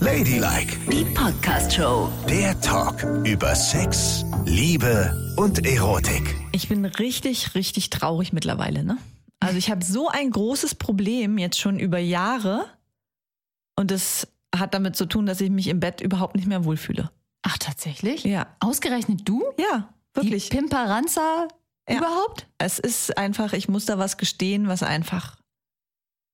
Ladylike, Die Podcast-Show. der Talk über Sex, Liebe und Erotik. Ich bin richtig, richtig traurig mittlerweile, ne? Also ich habe so ein großes Problem jetzt schon über Jahre und das hat damit zu tun, dass ich mich im Bett überhaupt nicht mehr wohlfühle. Ach, tatsächlich? Ja. Ausgerechnet du? Ja, wirklich. Die Pimperanza Ja. überhaupt? Es ist einfach, ich muss da was gestehen, was einfach.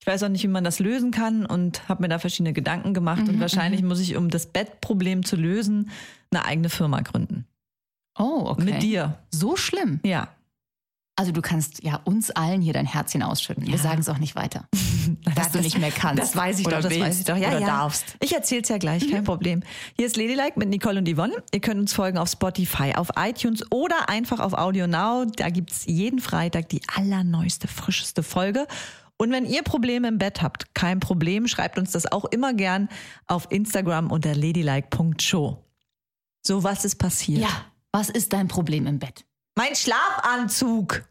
Ich weiß auch nicht, wie man das lösen kann und habe mir da verschiedene Gedanken gemacht und wahrscheinlich muss ich, um das Bettproblem zu lösen, eine eigene Firma gründen. Oh, okay. Mit dir. So schlimm. Ja. Also du kannst ja uns allen hier dein Herzchen ausschütten. Wir sagen es auch nicht weiter. dass du nicht mehr kannst. Das weiß ich oder doch, das willst, weiß ich doch. Ja, oder ja. darfst. Ich erzähl's ja gleich, kein Problem. Hier ist Ladylike mit Nicole und Yvonne. Ihr könnt uns folgen auf Spotify, auf iTunes oder einfach auf Audio Now. Da gibt's jeden Freitag die allerneueste, frischeste Folge. Und wenn ihr Probleme im Bett habt, kein Problem, schreibt uns das auch immer gern auf Instagram unter ladylike.show. So, was ist passiert? Ja. Was ist dein Problem im Bett? Mein Schlafanzug!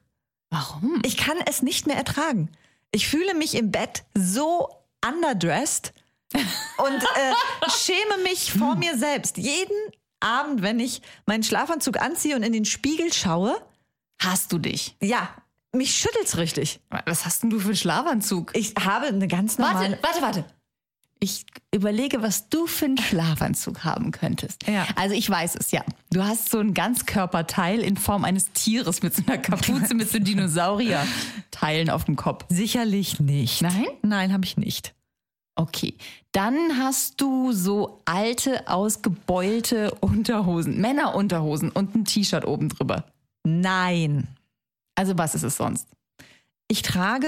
Warum? Ich kann es nicht mehr ertragen. Ich fühle mich im Bett so underdressed und äh, schäme mich vor mir selbst. Jeden Abend, wenn ich meinen Schlafanzug anziehe und in den Spiegel schaue, Hast du dich? ja, mich schüttelt's richtig. Was hast denn du für einen Schlafanzug? Ich habe eine ganz normale. Warte, warte, warte. Ich überlege, was du für einen Schlafanzug haben könntest. Ja. Also ich weiß es ja. Du hast so ein Ganzkörperteil in Form eines Tieres mit so einer Kapuze, mit so Dinosaurier-Teilen auf dem Kopf. Sicherlich nicht. Nein? Nein, habe ich nicht. Okay. Dann hast du so alte, ausgebeulte Unterhosen, Männerunterhosen und ein T-Shirt oben drüber. Nein. Also was ist es sonst? Ich trage,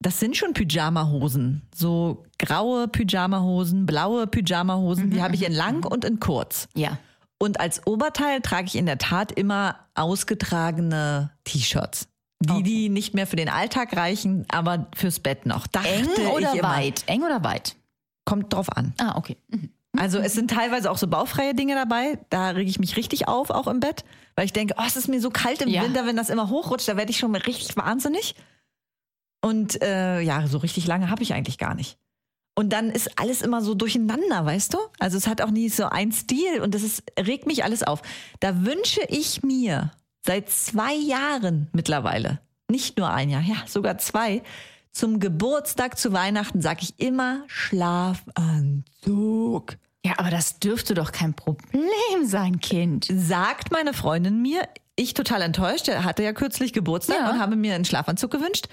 das sind schon Pyjamahosen. So graue Pyjamahosen, blaue Pyjamahosen, Mhm, die habe ich in lang und in kurz. Ja. Und als Oberteil trage ich in der Tat immer ausgetragene T-Shirts. Die, die nicht mehr für den Alltag reichen, aber fürs Bett noch. Dachte Eng oder ich immer. weit? Eng oder weit? Kommt drauf an. Ah, okay. Mhm. Also es sind teilweise auch so baufreie Dinge dabei. Da rege ich mich richtig auf, auch im Bett, weil ich denke, oh, es ist mir so kalt im Ja. Winter, wenn das immer hochrutscht, da werde ich schon mal richtig wahnsinnig. Und äh, ja, so richtig lange habe ich eigentlich gar nicht. Und dann ist alles immer so durcheinander, weißt du? Also es hat auch nie so einen Stil und das ist, regt mich alles auf. Da wünsche ich mir seit zwei Jahren mittlerweile, nicht nur ein Jahr, ja, sogar zwei, zum Geburtstag, zu Weihnachten sage ich immer Schlafanzug. Ja, aber das dürfte doch kein Problem sein, Kind. sagt meine Freundin mir, ich total enttäuscht, er hatte ja kürzlich Geburtstag Ja. und habe mir einen Schlafanzug gewünscht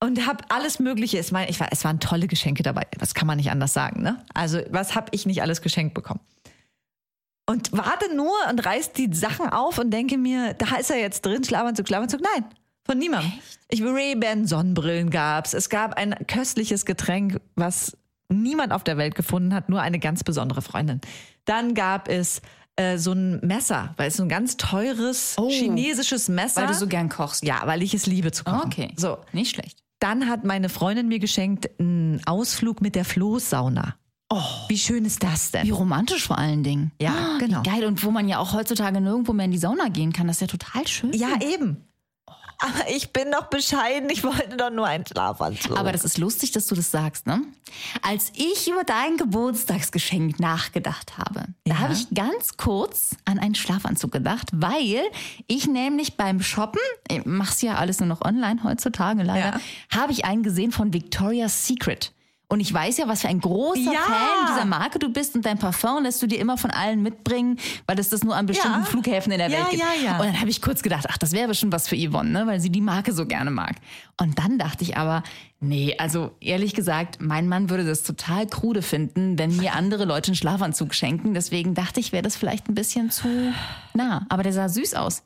und habe alles Mögliche. Es, mein, ich war, es waren tolle Geschenke dabei, das kann man nicht anders sagen. Ne? Also was habe ich nicht alles geschenkt bekommen? Und warte nur und reiß die Sachen auf und denke mir, da ist er jetzt drin, Schlafanzug, Schlafanzug. Nein, von niemandem. Ich Ray-Ban Sonnenbrillen gab's. Es gab ein köstliches Getränk, was niemand auf der Welt gefunden hat, nur eine ganz besondere Freundin. Dann gab es äh, so ein Messer, weil es so ein ganz teures Oh. chinesisches Messer. Weil du so gern kochst. ja, weil ich es liebe zu kochen. Okay. So, Nicht schlecht. dann hat meine Freundin mir geschenkt einen Ausflug mit der Floßsauna. Oh, wie schön ist das denn? Wie romantisch vor allen Dingen. Ja, Ah, genau. wie Geil. Und wo man ja auch heutzutage nirgendwo mehr in die Sauna gehen kann, das ist ja total schön. Ja, eben. Aber ich bin doch bescheiden, ich wollte doch nur einen Schlafanzug. Aber das ist lustig, dass du das sagst, ne? Als ich über dein Geburtstagsgeschenk nachgedacht habe, da habe ich ganz kurz an einen Schlafanzug gedacht, weil ich nämlich beim Shoppen, ich mach's ja alles nur noch online heutzutage leider, habe ich einen gesehen von Victoria's Secret. Und ich weiß ja, was für ein großer Ja. Fan dieser Marke du bist und dein Parfum lässt du dir immer von allen mitbringen, weil es das nur an bestimmten Ja. Flughäfen in der Ja, Welt gibt. ja, ja. Und dann habe ich kurz gedacht, ach, das wäre bestimmt was für Yvonne, ne? weil sie die Marke so gerne mag. Und dann dachte ich aber, nee, also ehrlich gesagt, mein Mann würde das total krude finden, wenn mir andere Leute einen Schlafanzug schenken. Deswegen dachte ich, wäre das vielleicht ein bisschen zu nah. Aber der sah süß aus.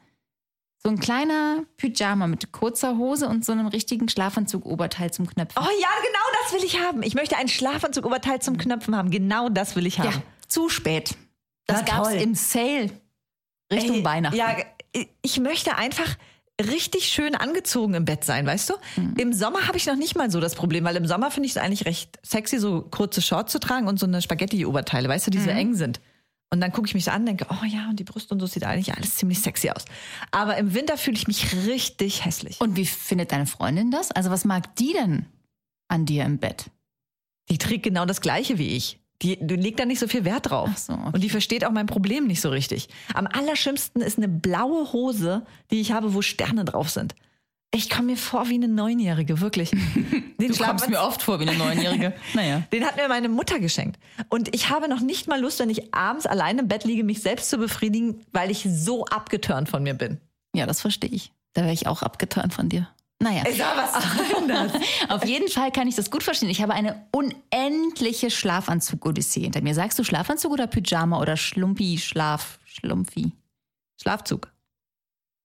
So ein kleiner Pyjama mit kurzer Hose und so einem richtigen Schlafanzug-Oberteil zum Knöpfen. Oh ja, genau das will ich haben. Ich möchte einen Schlafanzug-Oberteil zum Knöpfen haben. Genau das will ich haben. Hm. ja, zu spät. Na Das gab's toll. im Sale Richtung Ey, Weihnachten. Ja, ich möchte einfach richtig schön angezogen im Bett sein, weißt du? Hm. Im Sommer habe ich noch nicht mal so das Problem, weil im Sommer finde ich es eigentlich recht sexy, so kurze Shorts zu tragen und so eine Spaghetti-Oberteile, weißt du, die so Hm. eng sind. Und dann gucke ich mich so an, denke, oh ja, und die Brust und so sieht eigentlich alles ziemlich sexy aus. Aber im Winter fühle ich mich richtig hässlich. Und wie findet deine Freundin das? Also was mag die denn an dir im Bett? Die trägt genau das gleiche wie ich. Die, die legt da nicht so viel Wert drauf. Ach so, okay. Und die versteht auch mein Problem nicht so richtig. Am allerschlimmsten ist eine blaue Hose, die ich habe, wo Sterne drauf sind. Ich komme mir vor wie eine Neunjährige, wirklich. Den Du kommst mir oft vor wie eine Neunjährige. naja. Den hat mir meine Mutter geschenkt. Und ich habe noch nicht mal Lust, wenn ich abends allein im Bett liege, mich selbst zu befriedigen, weil ich so abgeturnt von mir bin. Ja, das verstehe ich. Da wäre ich auch abgetan von dir. Naja. Ist aber was anderes. Auf jeden Fall kann ich das gut verstehen. Ich habe eine unendliche Schlafanzug-Odyssee hinter mir. Sagst du Schlafanzug oder Pyjama oder Schlumpi, Schlaf, Schlumpfi? Schlafzug.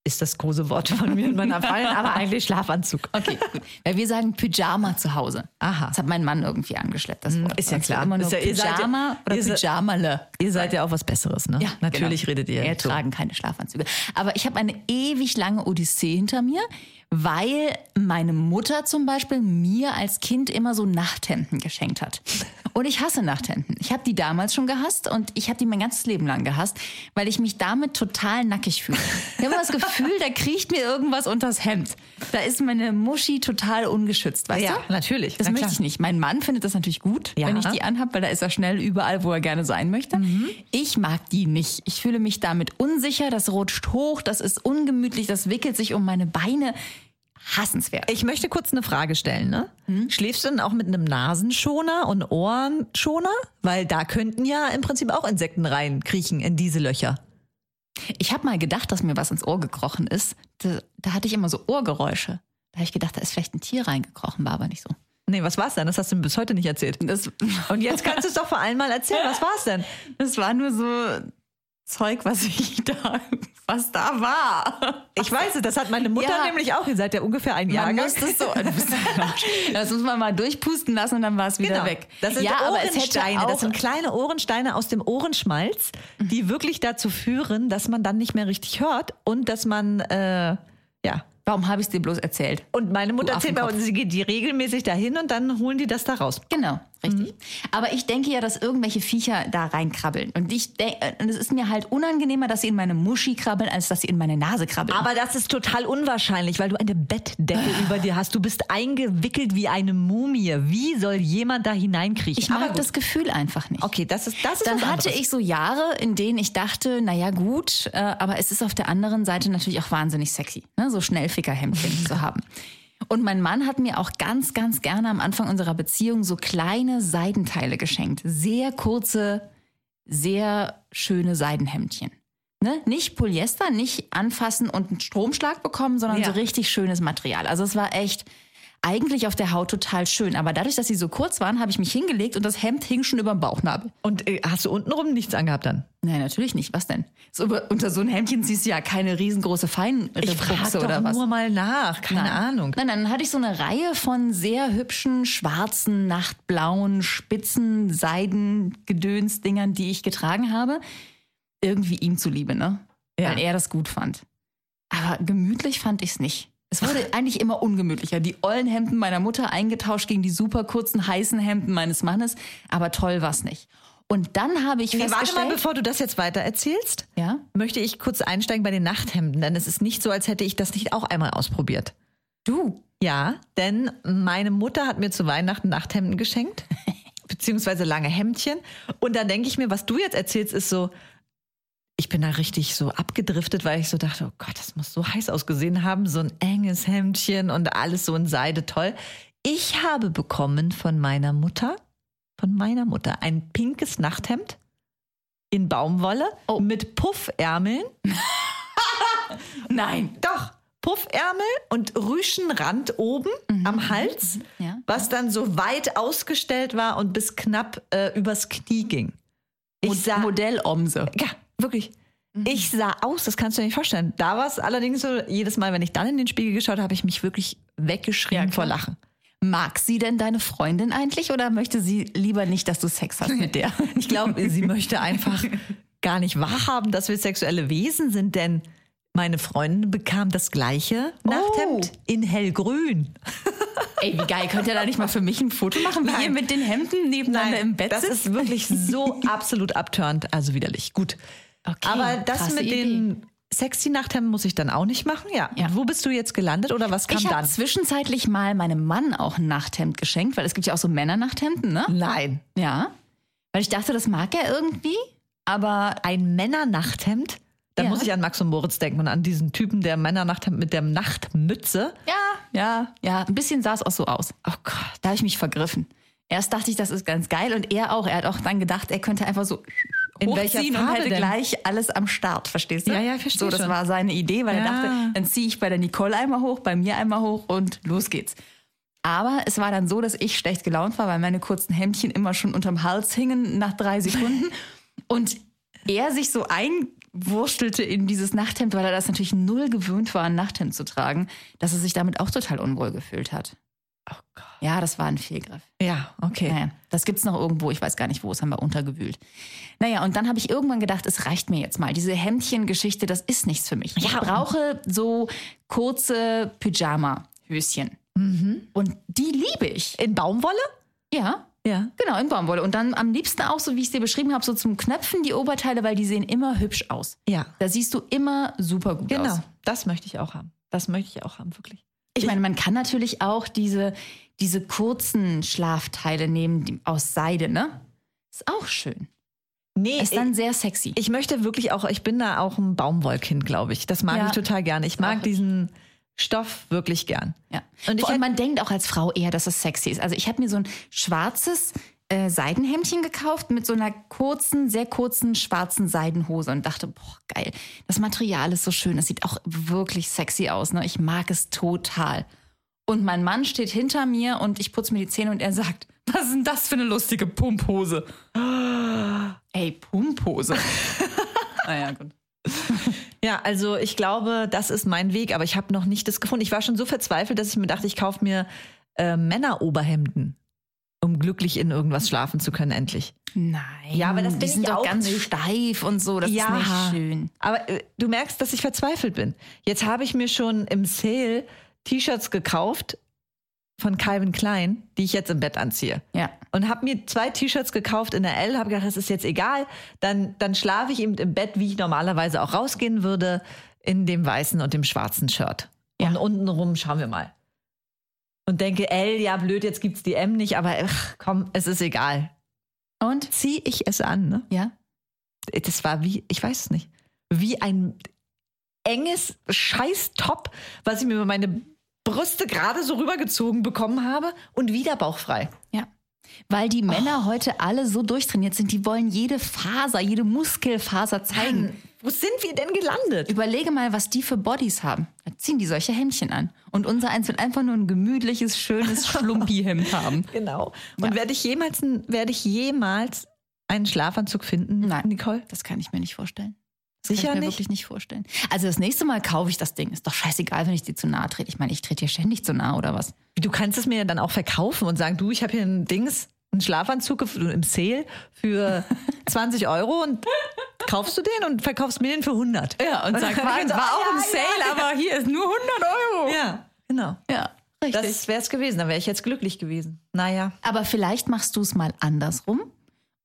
Ist das große Wort von mir in meiner Fallen, aber eigentlich Schlafanzug. Okay, gut. Weil wir sagen Pyjama zu Hause. Aha. Hm, Das hat mein Mann irgendwie angeschleppt. Das Wort. ist ja Sonst klar. Immer nur Ist ja- ihr seid ja- Pyjama oder ihr seid- Pyjamale. Ihr seid ja auch was Besseres, ne? Natürlich genau. redet ihr. Wir nicht so. tragen keine Schlafanzüge. Aber ich habe eine ewig lange Odyssee hinter mir, weil meine Mutter zum Beispiel mir als Kind immer so Nachthemden geschenkt hat. Und ich hasse Nachthemden. Ich habe die damals schon gehasst und ich habe die mein ganzes Leben lang gehasst, weil ich mich damit total nackig fühle. Ich habe immer das Gefühl, da kriecht mir irgendwas unters Hemd. Da ist meine Muschi total ungeschützt, weißt Ja, du? natürlich. Das Na möchte klar. ich nicht. Mein Mann findet das natürlich gut, Ja. wenn ich die anhab, weil da ist er schnell überall, wo er gerne sein möchte. Ich mag die nicht. Ich fühle mich damit unsicher, das rutscht hoch, das ist ungemütlich, das wickelt sich um meine Beine. Hassenswert. Ich möchte kurz eine Frage stellen, ne? Hm? Schläfst du denn auch mit einem Nasenschoner und Ohrenschoner? Weil da könnten ja im Prinzip auch Insekten reinkriechen in diese Löcher. Ich habe mal gedacht, dass mir was ins Ohr gekrochen ist. Da, da hatte ich immer so Ohrgeräusche. Da habe ich gedacht, da ist vielleicht ein Tier reingekrochen, war aber nicht so. Nee, was war's denn? Das hast du mir bis heute nicht erzählt. Das, Und jetzt kannst du es doch vor allem mal erzählen. Was war's denn? das war nur so Zeug, was ich da, was da war. Ich weiß es, das hat meine Mutter Ja. nämlich auch. Ihr seid ja ungefähr ein Jahr. Man muss das so. Du bist ein Arsch. Das muss man mal durchpusten lassen und dann war es wieder weg. Genau. Das sind ja, aber es hätte Ohrensteine. auch, das sind kleine Ohrensteine aus dem Ohrenschmalz, die wirklich dazu führen, dass man dann nicht mehr richtig hört und dass man äh, ja. warum habe ich es dir bloß erzählt? Und meine Mutter erzählt mir, Affenkopf. sie geht die regelmäßig dahin und dann holen die das da raus. Genau, richtig. Mhm. Aber ich denke ja, dass irgendwelche Viecher da reinkrabbeln. Und ich denk- und es ist mir halt unangenehmer, dass sie in meine Muschi krabbeln, als dass sie in meine Nase krabbeln. Aber das ist total unwahrscheinlich, weil du eine Bettdecke über dir hast. Du bist eingewickelt wie eine Mumie. Wie soll jemand da hineinkriechen? ich mag gut. das Gefühl einfach nicht. Okay, das ist das ist Dann was hatte anderes. ich so Jahre, in denen ich dachte, naja gut, äh, aber es ist auf der anderen Seite natürlich auch wahnsinnig sexy, ne? so Schnellfickerhemdchen zu haben. Und mein Mann hat mir auch ganz, ganz gerne am Anfang unserer Beziehung so kleine Seidenteile geschenkt. Sehr kurze, sehr schöne Seidenhemdchen. Ne? Nicht Polyester, nicht anfassen und einen Stromschlag bekommen, sondern Ja. so richtig schönes Material. Also es war echt eigentlich auf der Haut total schön. Aber dadurch, dass sie so kurz waren, habe ich mich hingelegt und das Hemd hing schon über dem Bauchnabel. Und äh, hast du untenrum nichts angehabt dann? Nein, natürlich nicht. Was denn? So, über- unter so ein Hemdchen ziehst du ja keine riesengroße Feinrippbuchse oder was. nur mal nach, keine Nein. Ahnung. Nein, nein, dann hatte ich so eine Reihe von sehr hübschen, schwarzen, nachtblauen, spitzen, Seidengedöns-Dingern, die ich getragen habe. Irgendwie ihm zuliebe, ne? Ja. Weil er das gut fand. Aber gemütlich fand ich es nicht. Es wurde eigentlich immer ungemütlicher. Die ollen Hemden meiner Mutter eingetauscht gegen die super kurzen, heißen Hemden meines Mannes. Aber toll war es nicht. Und dann habe ich Nee, warte festgestellt... mal, bevor du das jetzt weiter erzählst, ja? möchte ich kurz einsteigen bei den Nachthemden, denn es ist nicht so, als hätte ich das nicht auch einmal ausprobiert. Du, Ja, denn meine Mutter hat mir zu Weihnachten Nachthemden geschenkt, beziehungsweise lange Hemdchen. Und dann denke ich mir, was du jetzt erzählst, ist so, ich bin da richtig so abgedriftet, weil ich so dachte, oh Gott, das muss so heiß ausgesehen haben, so ein enges Hemdchen und alles so in Seide, toll. Ich habe bekommen von meiner Mutter, von meiner Mutter, ein pinkes Nachthemd in Baumwolle Oh. mit Puffärmeln Nein. Doch, Puffärmel und Rüschenrand oben am Hals, Ja. was dann so weit ausgestellt war und bis knapp äh, übers Knie ging. Ich sah, Modellomse. ja, wirklich. Mhm. Ich sah aus, das kannst du dir nicht vorstellen. Da war es allerdings so, jedes Mal, wenn ich dann in den Spiegel geschaut habe, habe ich mich wirklich weggeschrien Ja, vor klar. Lachen. Mag sie denn deine Freundin eigentlich oder möchte sie lieber nicht, dass du Sex hast mit der? Ich glaube, sie möchte einfach gar nicht wahrhaben, dass wir sexuelle Wesen sind, denn meine Freundin bekam das gleiche Nachthemd Oh. in hellgrün. Ey, wie geil. Könnt ihr da nicht mal für mich ein Foto machen, wie Nein. ihr mit den Hemden nebeneinander im Bett das sitzt? ist wirklich so absolut abturnt, also widerlich. Gut. Okay, Aber das krasse mit den sexy Nachthemden muss ich dann auch nicht machen. Ja. Ja. Und wo bist du jetzt gelandet oder was kam Ich habe dann? zwischenzeitlich Mhm. mal meinem Mann auch ein Nachthemd geschenkt, weil es gibt ja auch so Männernachthemden, ne? Nein. Ja. Weil ich dachte, das mag er irgendwie, aber Ein Männernachthemd? Da Ja. muss ich an Max und Moritz denken und an diesen Typen, der im Männernachthemd mit der Nachtmütze. ja, ja, ja, ein bisschen sah es auch so aus. Oh Gott, da habe ich mich vergriffen. Erst dachte ich, das ist ganz geil und er auch. Er hat auch dann gedacht, er könnte einfach so In welcher hochziehen und Farbe hätte denn? halt gleich alles am Start, verstehst du? Ja, ja, ich verstehe So, das schon. war seine Idee, weil er Ja. dachte, dann ziehe ich bei der Nicole einmal hoch, bei mir einmal hoch und los geht's. Aber es war dann so, dass ich schlecht gelaunt war, weil meine kurzen Hemdchen immer schon unterm Hals hingen nach drei Sekunden. Und er sich so einwurstelte in dieses Nachthemd, weil er das natürlich null gewöhnt war, ein Nachthemd zu tragen, dass er sich damit auch total unwohl gefühlt hat. Oh Gott. Ja, das war ein Fehlgriff. Ja, okay. Naja, das gibt's noch irgendwo, ich weiß gar nicht wo, das haben wir untergewühlt. Naja, und dann habe ich irgendwann gedacht, es reicht mir jetzt mal. Diese Hemdchen-Geschichte, das ist nichts für mich. Ich Ja. brauche so kurze Pyjama-Höschen. Und die liebe ich. Mhm. In Baumwolle? Ja, Ja. genau, in Baumwolle. Und dann am liebsten auch, so wie ich es dir beschrieben habe, so zum Knöpfen die Oberteile, weil die sehen immer hübsch aus. Ja. Da siehst du immer super gut aus. Genau. Das möchte ich auch haben. Das möchte ich auch haben, wirklich. Ich meine, man kann natürlich auch diese, diese kurzen Schlafteile nehmen die, aus Seide, ne? Ist auch schön. Nee, Ist dann sehr sexy. ich möchte wirklich auch, ich bin da auch ein Baumwollkind, glaube ich. Das mag Ja. ich total gerne. Ich auch mag hübsch. diesen Stoff wirklich gern. ja. Und ich Vor hab- allem, man denkt auch als Frau eher, dass es sexy ist. Also ich habe mir so ein schwarzes äh, Seidenhemdchen gekauft mit so einer kurzen, sehr kurzen schwarzen Seidenhose und dachte, boah, geil. Das Material ist so schön. Es sieht auch wirklich sexy aus. Ne? Ich mag es total. Und mein Mann steht hinter mir und ich putze mir die Zähne und er sagt, was ist denn das für eine lustige Pumphose? Ey, Pumphose. Ah naja, gut. Ja, also ich glaube, das ist mein Weg, aber ich habe noch nicht das gefunden. Ich war schon so verzweifelt, dass ich mir dachte, ich kaufe mir äh, Männeroberhemden, um glücklich in irgendwas schlafen zu können, endlich. Nein. Ja, aber das bin die sind ich doch auch ganz nicht. steif und so. Das Ja. ist nicht schön. Aber äh, du merkst, dass ich verzweifelt bin. Jetzt habe ich mir schon im Sale T-Shirts gekauft von Calvin Klein, die ich jetzt im Bett anziehe. Ja. Und habe mir zwei T-Shirts gekauft in der L, habe gedacht, das ist jetzt egal. Dann, dann schlafe ich eben im Bett, wie ich normalerweise auch rausgehen würde, in dem weißen und dem schwarzen Shirt. Ja. Und untenrum schauen wir mal. Und denke, L, ja blöd, jetzt gibt's die M nicht, aber ach, komm, es ist egal. Und? Zieh ich es an, ne? Ja. das war wie, ich weiß es nicht, wie ein enges Scheiß-Top, was ich mir über meine Brüste gerade so rübergezogen bekommen habe und wieder bauchfrei. Ja. Weil die Männer heute alle so durchtrainiert sind, die wollen jede Faser, jede Muskelfaser zeigen. Wo sind wir denn gelandet? Überlege mal, was die für Bodies haben. Da ziehen die solche Hemdchen an. Und unser eins wird einfach nur ein gemütliches, schönes Schlumpi-Hemd haben. Genau. Und Ja. werde ich jemals, ein- werde ich jemals einen Schlafanzug finden, Nein. Nicole? Das kann ich mir nicht vorstellen. Das Sicher kann ich mir nicht? wirklich nicht vorstellen. Also das nächste Mal kaufe ich das Ding. Ist doch scheißegal, wenn ich dir zu nahe trete. Ich meine, ich trete dir ständig zu nahe oder was? Du kannst es mir ja dann auch verkaufen und sagen, du, ich habe hier ein Dings, einen Schlafanzug gef- im Sale für 20 Euro und kaufst du den und verkaufst mir den für 100. Ja, und sag, war- war auch im Sale, aber hier ist nur 100 Euro. Ja, genau. Ja, richtig. Das wäre es gewesen, dann wäre ich jetzt glücklich gewesen. Naja. Aber vielleicht machst du es mal andersrum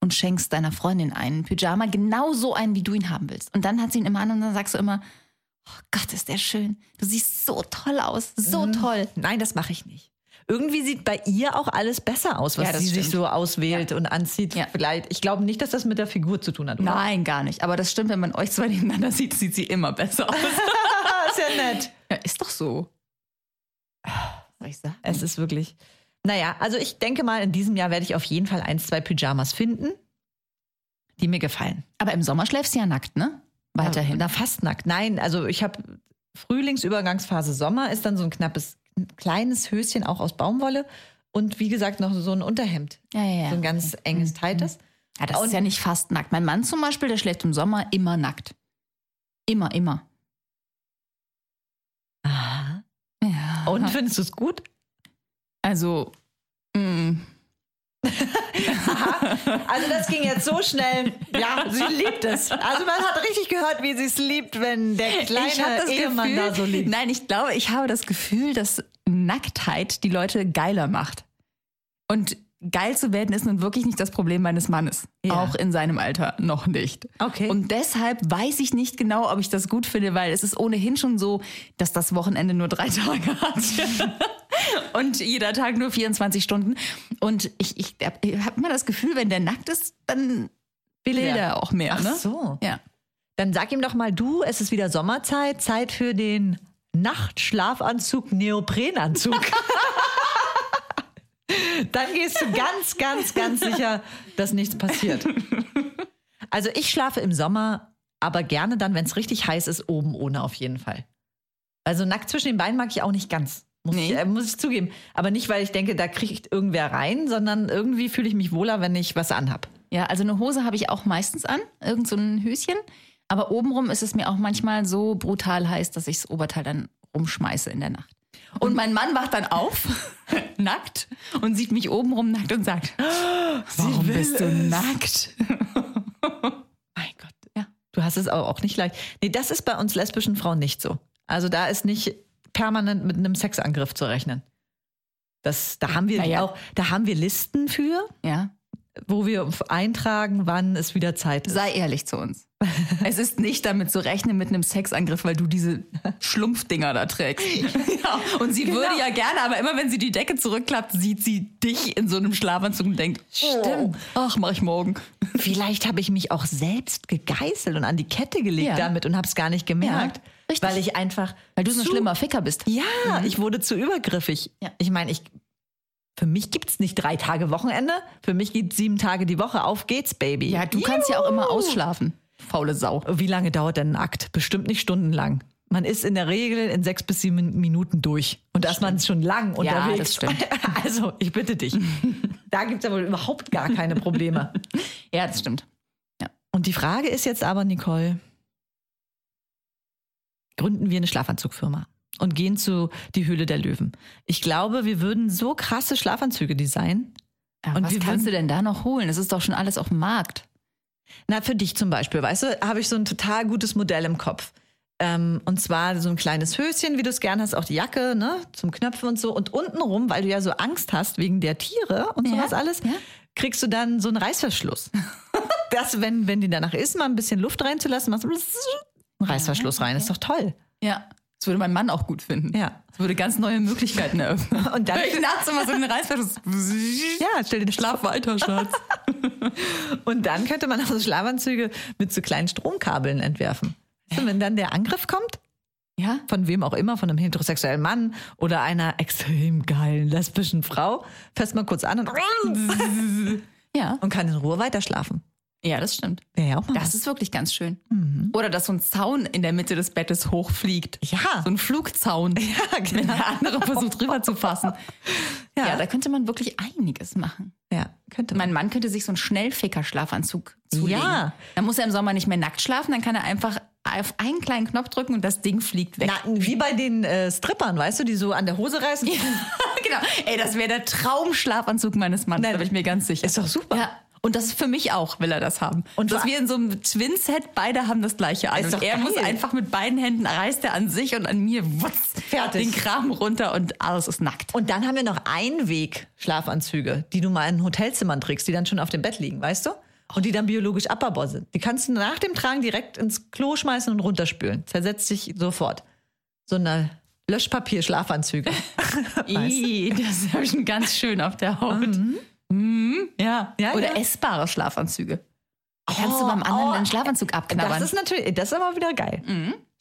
und schenkst deiner Freundin einen Pyjama, genau so einen, wie du ihn haben willst. Und dann hat sie ihn immer an und dann sagst du immer, oh Gott, ist der schön. Du siehst so toll aus, so toll. Hm. Nein, das mache ich nicht. Irgendwie sieht bei ihr auch alles besser aus, was Ja, das sie sich stimmt. so auswählt und anzieht. Ja. Vielleicht, ich glaube nicht, dass das mit der Figur zu tun hat. oder? Nein, gar nicht. Aber das stimmt, wenn man euch zwei nebeneinander sieht, sieht sie immer besser aus. Ah, ist ja nett. ja, ist doch so. Was Soll ich sagen? Es ist wirklich. Naja, also ich denke mal, in diesem Jahr werde ich auf jeden Fall ein, zwei Pyjamas finden, die mir gefallen. Aber im Sommer schläfst du ja nackt, ne? Weiterhin. Na, fast nackt. Nein, also ich habe Frühlingsübergangsphase Sommer ist dann so ein knappes, kleines Höschen auch aus Baumwolle und wie gesagt noch so ein Unterhemd. Ja, ja, ja. So ein ganz enges, tightes. Ja, das Und- ist ja nicht fast nackt. Mein Mann zum Beispiel, der schläft im Sommer immer nackt. Immer, immer. Ja. Und findest du es gut? Also, mm, Also das ging jetzt so schnell. Ja, sie liebt es. Also man hat richtig gehört, wie sie es liebt, wenn der hab kleine Ehemann Gefühl, da so liebt. Nein, ich glaube, ich habe das Gefühl, dass Nacktheit die Leute geiler macht. Und geil zu werden ist nun wirklich nicht das Problem meines Mannes. Ja. Auch in seinem Alter noch nicht. Okay. Und deshalb weiß ich nicht genau, ob ich das gut finde, weil es ist ohnehin schon so, dass das Wochenende nur drei Tage hat. und jeder Tag nur 24 Stunden. Und ich, ich habe hab immer das Gefühl, wenn der nackt ist, dann will Ja. er auch mehr. Ach ne? so. Ja. Dann sag ihm doch mal du, es ist wieder Sommerzeit, Zeit für den Nachtschlafanzug Neoprenanzug. Dann gehst du ganz, ganz, ganz sicher, dass nichts passiert. Also ich schlafe im Sommer, aber gerne dann, wenn es richtig heiß ist, oben ohne auf jeden Fall. Also nackt zwischen den Beinen mag ich auch nicht ganz. Muss, Nee. ich, äh, muss ich zugeben. Aber nicht, weil ich denke, da kriegt irgendwer rein, sondern irgendwie fühle ich mich wohler, wenn ich was anhab. Ja, also eine Hose habe ich auch meistens an, irgend so ein Höschen. Aber obenrum ist es mir auch manchmal so brutal heiß, dass ich das Oberteil dann rumschmeiße in der Nacht. Und mein Mann wacht dann auf, nackt, und sieht mich obenrum nackt und sagt, "Oh, warum will bist du es." nackt? mein Gott. Ja. Du hast es aber auch nicht leicht. Nee, das ist bei uns lesbischen Frauen nicht so. Also da ist nicht permanent mit einem Sexangriff zu rechnen. Das, da haben wir Naja. auch, da haben wir Listen für, ja. wo wir eintragen, wann es wieder Zeit ist. Sei ehrlich zu uns. Es ist nicht damit zu rechnen mit einem Sexangriff, weil du diese Schlumpfdinger da trägst. Ja. genau. Und sie würde ja gerne, aber immer wenn sie die Decke zurückklappt, sieht sie dich in so einem Schlafanzug und denkt, Stimmt. stimmt, ach, mach ich morgen. Vielleicht habe ich mich auch selbst gegeißelt und an die Kette gelegt Ja. damit und habe es gar nicht gemerkt, Ja, richtig. weil ich einfach Weil du so ein zu- schlimmer Ficker bist. Ja, ich wurde zu übergriffig. Ja. Ich meine, ich für mich gibt's nicht drei Tage Wochenende, für mich gibt's sieben Tage die Woche. Auf geht's, Baby. Ja, du kannst ja auch immer ausschlafen, du faule Sau. Wie lange dauert denn ein Akt? Bestimmt nicht stundenlang. Man ist in der Regel in sechs bis sieben Minuten durch. Und da ist man schon lang Ja, unterwegs. das stimmt. Also, ich bitte dich. da gibt es ja wohl überhaupt gar keine Probleme. Ja, das stimmt. Und die Frage ist jetzt aber, Nicole, gründen wir eine Schlafanzugfirma und gehen zu die Höhle der Löwen. Ich glaube, wir würden so krasse Schlafanzüge designen. und Und was wir kannst würden- du denn da noch holen? Es ist doch schon alles auf dem Markt. Na, für dich zum Beispiel, weißt du, habe ich so ein total gutes Modell im Kopf. Ähm, und zwar so ein kleines Höschen, wie du es gern hast, auch die Jacke, ne, zum Knöpfen und so. Und untenrum, weil du ja so Angst hast wegen der Tiere und Ja, sowas alles, ja. kriegst du dann so einen Reißverschluss. das, wenn, wenn die danach ist, mal ein bisschen Luft reinzulassen, machst du einen Reißverschluss rein. Ist doch toll. Ja. Das würde mein Mann auch gut finden. Ja. Das würde ganz neue Möglichkeiten eröffnen. Und dann- Hör ich nachts immer so einen Reißverschluss. Ja, stell dir das Schlaf weiter, Schatz. Und dann könnte man auch so Schlafanzüge mit so kleinen Stromkabeln entwerfen. Und wenn dann der Angriff kommt, Ja? von wem auch immer, von einem heterosexuellen Mann oder einer extrem geilen lesbischen Frau, fährst mal kurz an und, Ja. und kann in Ruhe weiter schlafen. Ja, das stimmt. Wäre ja auch mal Das ist wirklich ganz schön. Oder dass so ein Zaun in der Mitte des Bettes hochfliegt. was. So ein Flugzaun. ja, Wenn genau. der andere versucht rüberzufassen. Ja. ja, da könnte man wirklich einiges machen. Ja, könnte man. Mein Mann könnte sich so einen Schnellficker-Schlafanzug zulegen. Ja. Dann muss er im Sommer nicht mehr nackt schlafen, dann kann er einfach auf einen kleinen Knopf drücken und das Ding fliegt weg. Na, wie bei den äh, Strippern, weißt du, die so an der Hose reißen. genau. Ey, das wäre der Traumschlafanzug meines Mannes, Nein. da bin ich mir ganz sicher. Ist doch super. Ja. Und das für mich auch will er das haben. Und Und dass vor- wir in so einem Twin-Set beide haben das gleiche an. Ist Und doch er muss geil. einfach mit beiden Händen reißt er an sich und an mir wutz, Fertig. den Kram runter und alles ist nackt. Und dann haben wir noch Einweg-Schlafanzüge, die du mal in Hotelzimmern trägst, die dann schon auf dem Bett liegen, weißt du? Und die dann biologisch abbaubar sind. Die kannst du nach dem Tragen direkt ins Klo schmeißen und runterspülen. Zersetzt sich sofort. So eine Löschpapier-Schlafanzüge. Ii, das habe ich schon ganz schön auf der Haut. Mhm. Ja. Ja, Oder ja. essbare Schlafanzüge. Kannst du Oh, beim anderen oh, deinen Schlafanzug Das abknabbern? ist natürlich, das ist aber wieder geil.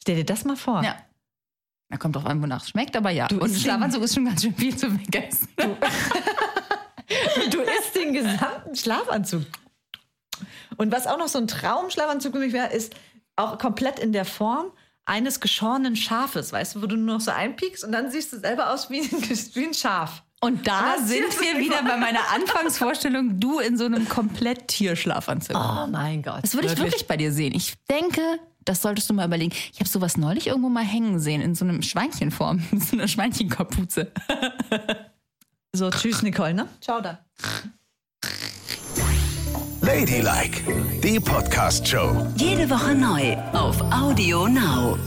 Stell dir das mal vor. ja. Da kommt drauf an, wonach es schmeckt, aber ja. und ein isst den- Schlafanzug ist schon ganz schön viel zu vergessen. Du isst den gesamten Schlafanzug. Und was auch noch so ein Traumschlafanzug für mich wäre, ist auch komplett in der Form eines geschorenen Schafes, weißt du, wo du nur noch so einpiekst und dann siehst du selber aus wie ein, wie ein Schaf. Und da Das sind ist wir immer- wieder bei meiner Anfangsvorstellung, du in so einem komplett Tierschlafanzug. Oh mein Gott. das würde ich wirklich bei dir sehen. Ich denke, das solltest du mal überlegen. Ich habe sowas neulich irgendwo mal hängen sehen, in so einem Schweinchenform, in so einer Schweinchenkapuze. So, tschüss, Nicole, ne? Ciao dann. Ladylike, die Podcast-Show. Jede Woche neu auf Audio Now.